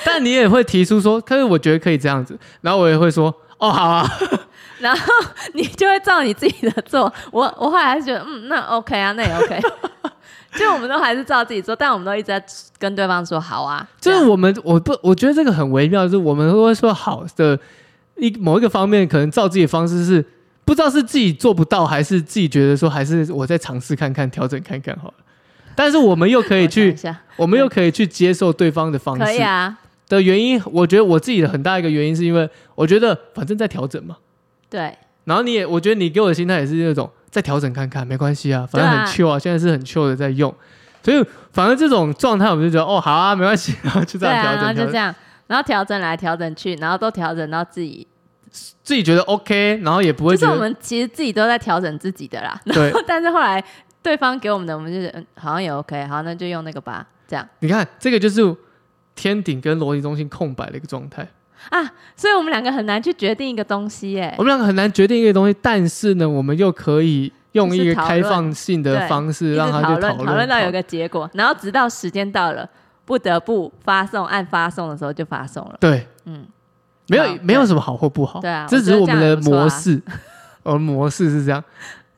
Speaker 1: 但你也会提出说，可是我觉得可以这样子，然后我也会说，哦，好啊，
Speaker 2: 然后你就会照你自己的做。我我后来还是觉得，嗯，那 OK 啊，那也 OK。就我们都还是照自己做，但我们都一直在跟对方说好啊。
Speaker 1: 就
Speaker 2: 这
Speaker 1: 是
Speaker 2: 样
Speaker 1: 我们，我不，我觉得这个很微妙，就是我们会说好的一某一个方面，可能照自己的方式是不知道是自己做不到，还是自己觉得说还是我再尝试看看，调整看看好了。但是我们又可以
Speaker 2: 我想
Speaker 1: 去
Speaker 2: 一，下，
Speaker 1: 我们又可以去接受对方的方
Speaker 2: 可以
Speaker 1: 式
Speaker 2: 啊，
Speaker 1: 的原因，我觉得我自己的很大一个原因是因为我觉得反正在调整嘛，
Speaker 2: 对，
Speaker 1: 然后你也我觉得你给我的心态也是那种再调整看看没关系啊，反正很
Speaker 2: 对
Speaker 1: chill 啊，现在是很 chill 的在用，所以反而这种状态我们就觉得哦好啊没关系，然后就这
Speaker 2: 对
Speaker 1: 样
Speaker 2: 啊，
Speaker 1: 调
Speaker 2: 然
Speaker 1: 整调
Speaker 2: 后就
Speaker 1: 整
Speaker 2: 这。样，然后调整来调整去，然后都调整到自己，
Speaker 1: 自己觉得 OK，然后也不会觉
Speaker 2: 就是我
Speaker 1: 得
Speaker 2: 们其实自己都在调整自己的啦。
Speaker 1: 对。
Speaker 2: (laughs) 但是后来对方给我们的，我们就是嗯，好像也 OK，好，那就用那个吧，这样
Speaker 1: 你看，这个就是天顶跟逻辑中心空白的一个状态。
Speaker 2: 啊，所以我们两个很难去决定一个东西耶
Speaker 1: 我。们两个很难决定一个东西，但是呢，我们又可以用一
Speaker 2: 就
Speaker 1: 个
Speaker 2: 是讨论
Speaker 1: 开放性的
Speaker 2: 对
Speaker 1: 方
Speaker 2: 一
Speaker 1: 式
Speaker 2: 直
Speaker 1: 让他
Speaker 2: 讨
Speaker 1: 去
Speaker 2: 论
Speaker 1: 讨
Speaker 2: 讨论到有
Speaker 1: 个
Speaker 2: 个结果，然后直到时间到了，不得不发送按发送的时候就发送了。
Speaker 1: 对，
Speaker 2: 嗯，
Speaker 1: 没
Speaker 2: 好
Speaker 1: 有没有
Speaker 2: 对
Speaker 1: 什么好或不好，
Speaker 2: 对啊
Speaker 1: 这
Speaker 2: 我
Speaker 1: 只
Speaker 2: 觉
Speaker 1: 是
Speaker 2: 得
Speaker 1: 我
Speaker 2: 这
Speaker 1: 们
Speaker 2: 样
Speaker 1: 的
Speaker 2: 也不错啊
Speaker 1: 模式， (laughs) 我们模式是这样，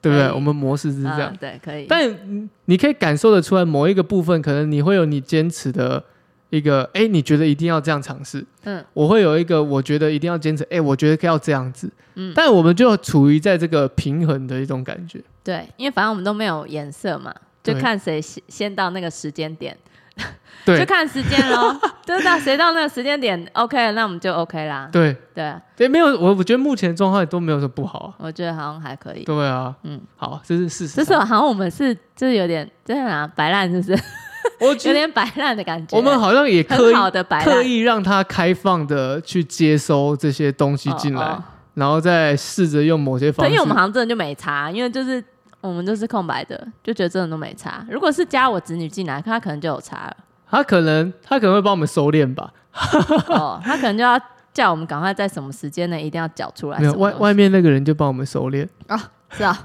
Speaker 1: 对不对？
Speaker 2: 可以
Speaker 1: 我们模式是这样
Speaker 2: 嗯，，对，可以。
Speaker 1: 但你可以感受得出来，某一个部分可能你会有你坚持的一个，哎，你觉得一定要这样尝试。
Speaker 2: 嗯，
Speaker 1: 我会有一个，我觉得一定要坚持，哎，我觉得要这样子。
Speaker 2: 嗯
Speaker 1: 但我们就处于在这个平衡的一种感觉。
Speaker 2: 对，因为反正我们都没有颜色嘛，就
Speaker 1: 对
Speaker 2: 看谁先先到那个时间点，就
Speaker 1: 对
Speaker 2: 看时间
Speaker 1: (laughs)
Speaker 2: 喽，就是到谁到那个时间点 OK，那我们就 OK 啦。
Speaker 1: 对
Speaker 2: 对，
Speaker 1: 对，没有，我我觉得目前的状态都没有什么不好啊。
Speaker 2: 我觉得好像还可以。
Speaker 1: 对啊，
Speaker 2: 嗯，
Speaker 1: 好，这是事实。啊
Speaker 2: 就是好像我们是就是有点这样啊，摆烂，是不是？
Speaker 1: 我
Speaker 2: 有
Speaker 1: 觉得
Speaker 2: 点摆烂的感觉。
Speaker 1: 我们好像也刻
Speaker 2: 很
Speaker 1: 意
Speaker 2: 好的摆
Speaker 1: 刻
Speaker 2: 烂哦
Speaker 1: 意让它开放的去接收这些东西进来，
Speaker 2: 哦哦
Speaker 1: 然后再试着用某些方
Speaker 2: 对，
Speaker 1: 式。
Speaker 2: 因为我们好像真的就没差，因为就是我们都是空白的，就觉得真的都没差。如果是加我子女进来，他可能就有差了。
Speaker 1: 他可能他可能会帮我们收敛吧。
Speaker 2: 哦， (laughs) 他可能就要叫我们赶快在什么时间内一定要缴出来
Speaker 1: 没
Speaker 2: 什
Speaker 1: 有
Speaker 2: 么
Speaker 1: 外
Speaker 2: 东西
Speaker 1: 外面那个人就帮我们收
Speaker 2: (laughs)
Speaker 1: 敛，
Speaker 2: 是啊，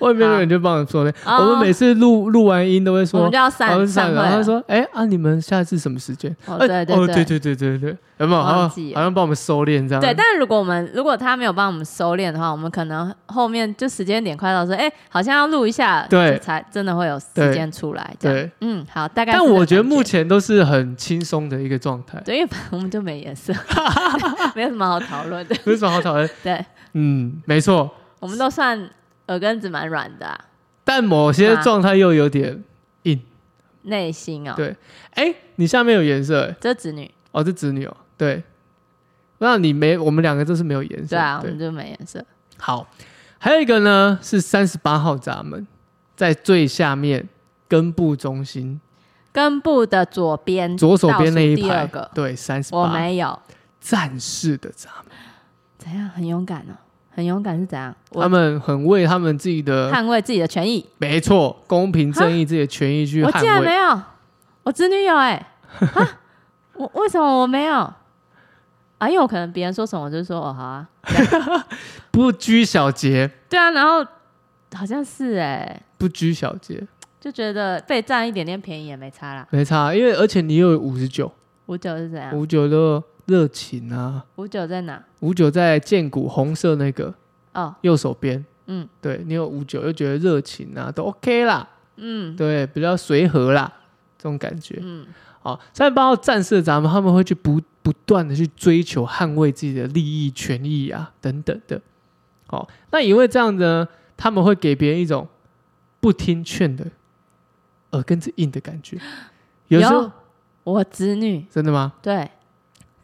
Speaker 1: 外面那个人就帮我们收敛。
Speaker 2: 哦
Speaker 1: 我们每次录录完音都会
Speaker 2: 我
Speaker 1: 说
Speaker 2: 们就，要
Speaker 1: 然
Speaker 2: 散
Speaker 1: 后
Speaker 2: 散
Speaker 1: 散
Speaker 2: 会
Speaker 1: 了，然后
Speaker 2: 了。
Speaker 1: 说，哎啊，你们下次什么时间？
Speaker 2: 哦
Speaker 1: 哎
Speaker 2: 对对
Speaker 1: 哦
Speaker 2: 对
Speaker 1: 对对对对对，有没有？好像
Speaker 2: 忘记了
Speaker 1: 好像帮我们收敛这样。
Speaker 2: 对，但是如果我们如果他没有帮我们收敛的话，我们可能后面就时间点快到说，哎、好像要录一下，
Speaker 1: 对
Speaker 2: 就才真的会有时间出来。这样，
Speaker 1: 对，
Speaker 2: 嗯，好，大概是这
Speaker 1: 但
Speaker 2: 个感。
Speaker 1: 我觉得目前都是很轻松的一个状
Speaker 2: (laughs)
Speaker 1: 态，
Speaker 2: 对，因为反正我们就没颜色，没有什么好讨论的。
Speaker 1: 没有什么好讨论。
Speaker 2: 对，
Speaker 1: 嗯，没错，
Speaker 2: 我们都算耳根子蛮软的啊、
Speaker 1: 但某些状态又有点，
Speaker 2: 内心哦，
Speaker 1: 对哎，你下面有颜色，哎
Speaker 2: 这子女，
Speaker 1: 哦，这子女哦，对，那你没，我们两个都是没有颜色，
Speaker 2: 对啊，我们就没颜色。
Speaker 1: 好，还有一个呢是三十八号闸门，在最下面根部中心
Speaker 2: 根部的左边，
Speaker 1: 左手边那一
Speaker 2: 嗯倒数第
Speaker 1: 排
Speaker 2: 二个，
Speaker 1: 对，三十
Speaker 2: 我
Speaker 1: 八
Speaker 2: 没有，
Speaker 1: 战士的闸门，
Speaker 2: 怎样？很勇敢哦，很勇敢是怎样？
Speaker 1: 他
Speaker 2: 我
Speaker 1: 们很为他们自己的
Speaker 2: 捍卫自己的权益，
Speaker 1: 没错公平正义自己的权益去
Speaker 2: 我竟然
Speaker 1: 捍卫。
Speaker 2: 没有，我子女有
Speaker 1: (laughs)
Speaker 2: 哎、啊我为什么我没有？啊，因为我可能别人说什么，我就说哦好啊，
Speaker 1: 不拘小节，
Speaker 2: 对啊，然后好像是哎、
Speaker 1: 不拘小节，
Speaker 2: 就觉得被占一点点便宜也没差啦。
Speaker 1: 没差，因为而且你又有五十九，
Speaker 2: 五九是怎样？
Speaker 1: 五九的热情啊，
Speaker 2: 五九在哪？
Speaker 1: 五九在剑骨红色那个
Speaker 2: 哦，
Speaker 1: 右手边，
Speaker 2: 嗯
Speaker 1: 对你有五九又觉得热情啊，都 OK 啦。
Speaker 2: 嗯
Speaker 1: 对，比较随和啦，这种感觉。
Speaker 2: 嗯，
Speaker 1: 好，三十八号战士的咱们他们会去不不断的去追求捍卫自己的利益、权益啊等等的。好，那因为这样呢，他们会给别人一种不听劝的耳根子硬的感
Speaker 2: (gasps)
Speaker 1: 觉。有时候
Speaker 2: 有我子女
Speaker 1: 真的吗？
Speaker 2: 对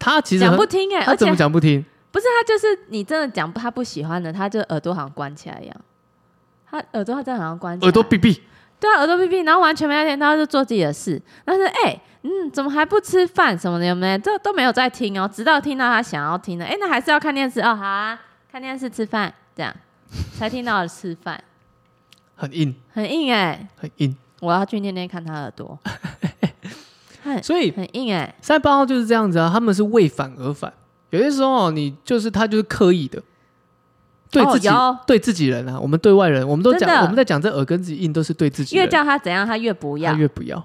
Speaker 1: 他其实
Speaker 2: 讲
Speaker 1: 很
Speaker 2: 不听哎、
Speaker 1: 他
Speaker 2: 而且
Speaker 1: 怎么讲不听？
Speaker 2: 不是他就是你真的讲不他不喜欢的，他就耳朵好像关起来一样，他耳朵他真的好像关起来，
Speaker 1: 耳朵闭闭，
Speaker 2: 对啊，耳朵闭闭，然后完全没在听，他就做自己的事。但是哎、嗯，怎么还不吃饭什么的，有没有？这都没有在听哦，直到听到他想要听的，哎、那还是要看电视哦，好啊，看电视吃饭这样才听到了吃饭，
Speaker 1: 很硬，
Speaker 2: 很硬哎、
Speaker 1: 很硬。
Speaker 2: 我要去捏捏看他耳朵，很
Speaker 1: 所以
Speaker 2: 很硬哎、
Speaker 1: 三十八号就是这样子啊，他们是为反而反，有些时候哦你就是他就是刻意的，对
Speaker 2: 哦
Speaker 1: 自己、
Speaker 2: 有
Speaker 1: 对自己人啊，我们对外人，我们都
Speaker 2: 真
Speaker 1: 讲
Speaker 2: 的
Speaker 1: 我们在讲这耳根子硬都是对自己
Speaker 2: 越
Speaker 1: 人，
Speaker 2: 叫他怎样，他越不要
Speaker 1: 他。越不要，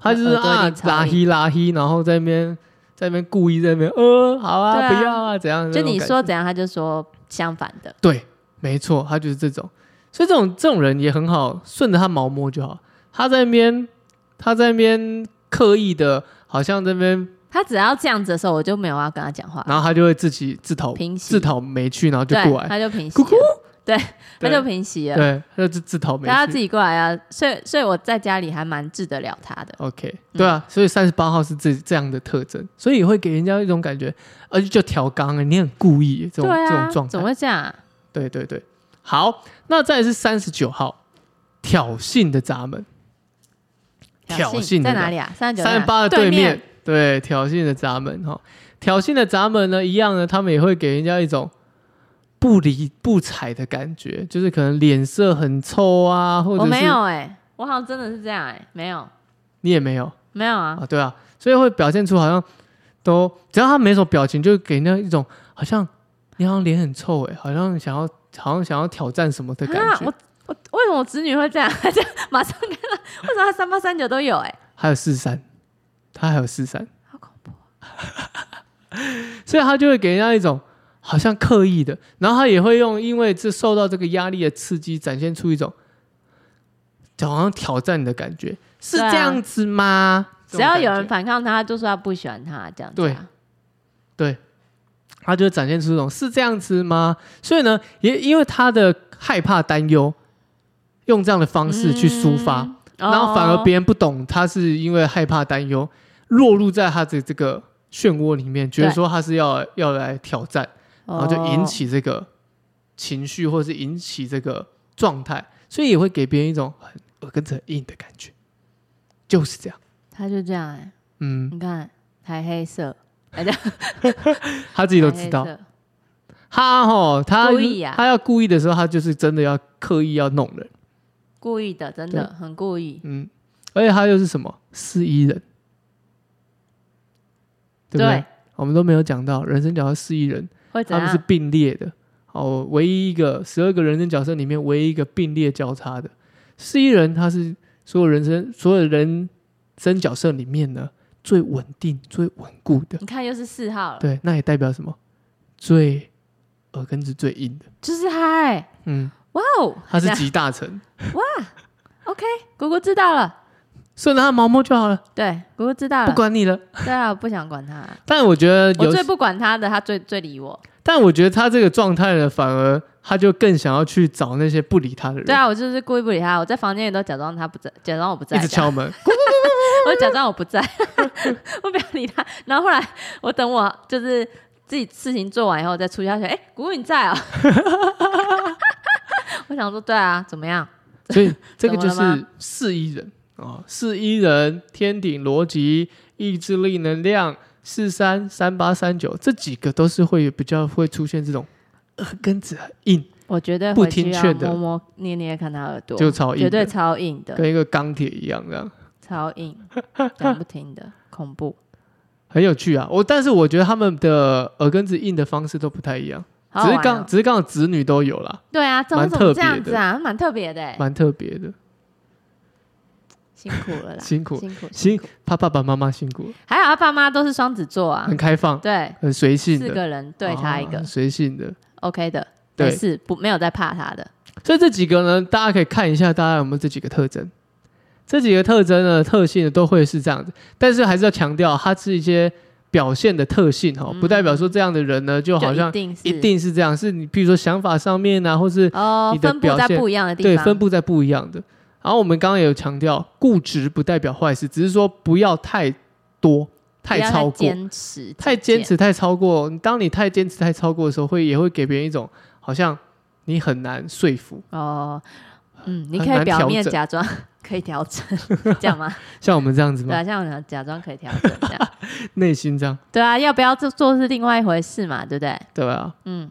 Speaker 1: 他就是
Speaker 2: 耳朵
Speaker 1: 啊
Speaker 2: 里藏
Speaker 1: 拉
Speaker 2: 硬
Speaker 1: 黑拉黑，然后在那边在那边故意在那边呃好啊
Speaker 2: 对啊
Speaker 1: 不要啊怎样，
Speaker 2: 就
Speaker 1: 那种
Speaker 2: 你
Speaker 1: 感
Speaker 2: 说
Speaker 1: 觉
Speaker 2: 怎样，他就说相反的。
Speaker 1: 对，没错，他就是这种，所以这种这种人也很好，顺着他毛摸就好，他在那边他在那边刻意的，好像在那边
Speaker 2: 他只要这样子的时候，我就没有要跟他讲话，
Speaker 1: 然后他就会自己自讨
Speaker 2: 平息
Speaker 1: 自讨没趣，然后就
Speaker 2: 对
Speaker 1: 过，来，
Speaker 2: 他就平息
Speaker 1: 咕
Speaker 2: 了，
Speaker 1: 咕，
Speaker 2: 他
Speaker 1: (laughs) 对
Speaker 2: 就平息了，
Speaker 1: 对，他就自自讨没
Speaker 2: 但他自
Speaker 1: 趣。
Speaker 2: 己过来啊。所以，所以我在家里还蛮治得了他的。
Speaker 1: OK，对
Speaker 2: 嗯
Speaker 1: 啊，所以三十八号是这这样的特征，所以会给人家一种感觉，而且就调岗了，你很故意这种、
Speaker 2: 对
Speaker 1: 这
Speaker 2: 啊
Speaker 1: 种，状
Speaker 2: 怎么
Speaker 1: 态，
Speaker 2: 会这样啊？
Speaker 1: 对对对。好，那再来是三十九号，挑衅的闸门，挑衅
Speaker 2: 在
Speaker 1: 的
Speaker 2: 哪里啊？三十九，
Speaker 1: 三十八的
Speaker 2: 对
Speaker 1: 对面，对，挑衅的闸门哈，挑衅的闸门呢，一样呢，他们也会给人家一种不理不睬的感觉，就是可能脸色很臭啊，或者
Speaker 2: 我
Speaker 1: 是
Speaker 2: 没有哎、我好像真的是这样哎、没有
Speaker 1: 你也没有
Speaker 2: 没有啊，
Speaker 1: 啊，对啊，所以会表现出好像都只要他没什么表情，就给人家一种好像你好像脸很臭哎、好像想要好像想要挑战什么的感
Speaker 2: 啊，
Speaker 1: 觉。
Speaker 2: 我我为什么我侄女会这样？ (laughs) 就马上看到为什么她三八三九都有哎、
Speaker 1: 还有四三，他还有四三，
Speaker 2: 好恐怖！
Speaker 1: 所以他就会给人家一种好像刻意的，然后他也会用因为这受到这个压力的刺激，展现出一种好像挑战的感觉，是
Speaker 2: 对啊
Speaker 1: 这样子吗？
Speaker 2: 只要
Speaker 1: 这种
Speaker 2: 有
Speaker 1: 感
Speaker 2: 人
Speaker 1: 觉
Speaker 2: 反抗她，她就说她不喜欢她这样子、啊。
Speaker 1: 他就展现出一种是这样子吗？所以呢，也因为他的害怕、担忧，用这样的方式去抒发，
Speaker 2: 嗯
Speaker 1: 然后反而
Speaker 2: 哦
Speaker 1: 别人不懂，他是因为害怕、担忧，落入在他的这个漩涡里面，觉得
Speaker 2: 对
Speaker 1: 说他是要要来挑战，然后就引
Speaker 2: 哦
Speaker 1: 起这个情绪，或是引起这个状态，所以也会给别人一种很耳根子很硬的感觉，就是这样。
Speaker 2: 他就这样哎、
Speaker 1: 嗯，
Speaker 2: 你看还黑色，
Speaker 1: 他自己都知道
Speaker 2: 还，黑色
Speaker 1: 他哦，他
Speaker 2: 哎故意啊
Speaker 1: 他要故意的时候，他就是真的要刻意要弄人。
Speaker 2: 故意的，真的很故意。
Speaker 1: 嗯，而且他又是什么四一人，对不对？
Speaker 2: 对
Speaker 1: 我们都没有讲到人生角色四一人，
Speaker 2: 会怎
Speaker 1: 他啊们是
Speaker 2: 样？
Speaker 1: 并列的。哦，唯一一个十二个人生角色里面唯一一个并列交叉的四一人，他是所有人生所有人生角色里面呢最稳定、最稳固的。
Speaker 2: 你看又是四号了，
Speaker 1: 对，那也代表什么？最耳根子最硬的。
Speaker 2: 就是嗨、
Speaker 1: 嗯，
Speaker 2: 哇哦，
Speaker 1: 他是
Speaker 2: 这样
Speaker 1: 集大成，
Speaker 2: OK，姑姑知道了，
Speaker 1: 顺着他的毛摸就好了，
Speaker 2: 对，姑姑知道了，
Speaker 1: 不管你了。
Speaker 2: 对啊，我不想管他，
Speaker 1: 但我觉得
Speaker 2: 我
Speaker 1: 有
Speaker 2: 最不管他的，他最最理我，
Speaker 1: 但我觉得他这个状态呢，反而他就更想要去找那些不理他的人，
Speaker 2: 对啊，我就是故意不理他，我在房间里都假装他不在，假装我不在
Speaker 1: 一直
Speaker 2: 这样，
Speaker 1: 敲门。
Speaker 2: (laughs) 我假装我不在， (laughs) 我不要理他，然后后来我等我就是自己事情做完以后再出去，他说，哎、姑姑你在啊、 (laughs) 我想说，对啊，怎么样？
Speaker 1: 所
Speaker 2: (laughs)
Speaker 1: 以这个就
Speaker 2: 怎么了
Speaker 1: 是四一人啊，四、一人、天顶逻辑、意志力能量、四三三八三九这几个都是会比较会出现这种耳根子很硬，
Speaker 2: 我觉得
Speaker 1: 不
Speaker 2: 回去
Speaker 1: 听
Speaker 2: 要
Speaker 1: 劝的
Speaker 2: 摸摸捏捏看他耳朵，
Speaker 1: 就超硬的，
Speaker 2: 绝对超硬的，
Speaker 1: 跟一个钢铁一样这样。
Speaker 2: 超硬，讲不
Speaker 1: (laughs)
Speaker 2: 听的，恐怖。
Speaker 1: 很有趣啊，我但是我觉得他们的耳根子硬的方式都不太一样，
Speaker 2: 好好
Speaker 1: 只是
Speaker 2: 玩哦
Speaker 1: 刚只是刚好子女都有啦，
Speaker 2: 对啊，怎么
Speaker 1: 蛮
Speaker 2: 怎么
Speaker 1: 特
Speaker 2: 这
Speaker 1: 别
Speaker 2: 样
Speaker 1: 的
Speaker 2: 子啊？蛮特别的欸，
Speaker 1: 蛮特别的，
Speaker 2: 辛苦了啦，
Speaker 1: 辛苦
Speaker 2: 啊辛苦
Speaker 1: 辛他爸爸妈妈辛苦了，
Speaker 2: 还好他爸妈都是双子座啊
Speaker 1: 很，开放，
Speaker 2: 对，
Speaker 1: 很随性
Speaker 2: 四
Speaker 1: 的，
Speaker 2: 个人对他一个
Speaker 1: 啊随性的。
Speaker 2: OK 的，
Speaker 1: 对
Speaker 2: 没事，不没有在怕他的。
Speaker 1: 所以这几个呢，大家可以看一下，大家有没有这几个特征？这几个特征呢，特性呢都会是这样子，但是还是要强调，它是一些表现的特性哈，
Speaker 2: 嗯
Speaker 1: 不代表说这样的人呢，就好
Speaker 2: 就
Speaker 1: 像
Speaker 2: 一定是
Speaker 1: 一定是这样，是你比如说想法上面啊，或是
Speaker 2: 哦
Speaker 1: 你，的
Speaker 2: 分布在
Speaker 1: 表现
Speaker 2: 不一样的地
Speaker 1: 对
Speaker 2: 方，
Speaker 1: 分布在不一样的。然后我们刚刚也有强调，固执不代表坏事，只是说不要太多、
Speaker 2: 不
Speaker 1: 太
Speaker 2: 要
Speaker 1: 超过、
Speaker 2: 坚持，
Speaker 1: 太坚，持、太超过。当你太坚持、太超过的时候，会也会给别人一种好像你很难说服。
Speaker 2: 哦，嗯，你
Speaker 1: 很
Speaker 2: 可以
Speaker 1: 难
Speaker 2: 表
Speaker 1: 调
Speaker 2: 面
Speaker 1: 整
Speaker 2: 假装 (laughs) 可以调
Speaker 1: (laughs)
Speaker 2: 整，这样吗？
Speaker 1: 像我们这样子
Speaker 2: 对
Speaker 1: 吗？
Speaker 2: 啊，像我假装可以调整这样，
Speaker 1: 内心这样，
Speaker 2: 对啊，要不要做做是另外一回事嘛，对不对？
Speaker 1: 对吧？
Speaker 2: 嗯，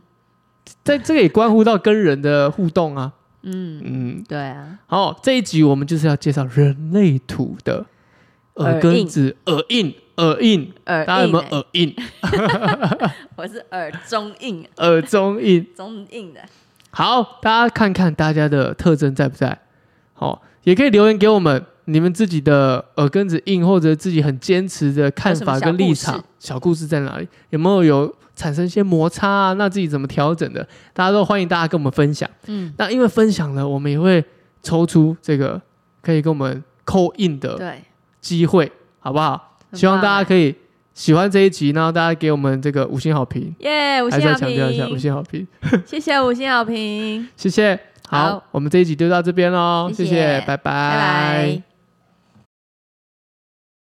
Speaker 1: 在这个也关乎到跟人的互动啊，
Speaker 2: 嗯，
Speaker 1: 嗯，
Speaker 2: 对啊，
Speaker 1: 好，这一集我们就是要介绍人类图的耳根子、耳印、耳印，
Speaker 2: 耳
Speaker 1: 大家有
Speaker 2: 硬、
Speaker 1: 没有
Speaker 2: 欸，
Speaker 1: 耳印、
Speaker 2: (laughs) 我是耳中硬，
Speaker 1: 耳中印？
Speaker 2: 中硬的，
Speaker 1: 好，大家看看大家的特征在不在？好、也可以留言给我们你们自己的耳根子硬，或者自己很坚持的看法跟立场
Speaker 2: 有什么小故事，
Speaker 1: 小故事在哪里？有没有有产生一些摩擦啊？那自己怎么调整的？大家都欢迎大家跟我们分享。
Speaker 2: 嗯，
Speaker 1: 那因为分享了，我们也会抽出这个可以跟我们扣印的
Speaker 2: 对，
Speaker 1: 机会，好不好？
Speaker 2: 很
Speaker 1: 希望大
Speaker 2: 棒
Speaker 1: 家可以喜欢这一集，然后大家给我们这个五星好评。
Speaker 2: 耶，五
Speaker 1: 还
Speaker 2: 星
Speaker 1: 是要
Speaker 2: 好
Speaker 1: 强调一下五
Speaker 2: 评，
Speaker 1: 星好评。
Speaker 2: 谢谢五星好评，
Speaker 1: 谢谢。好，
Speaker 2: 好
Speaker 1: 我们这一集就到这边喽，谢
Speaker 2: 谢谢
Speaker 1: 谢，拜拜
Speaker 2: 拜拜。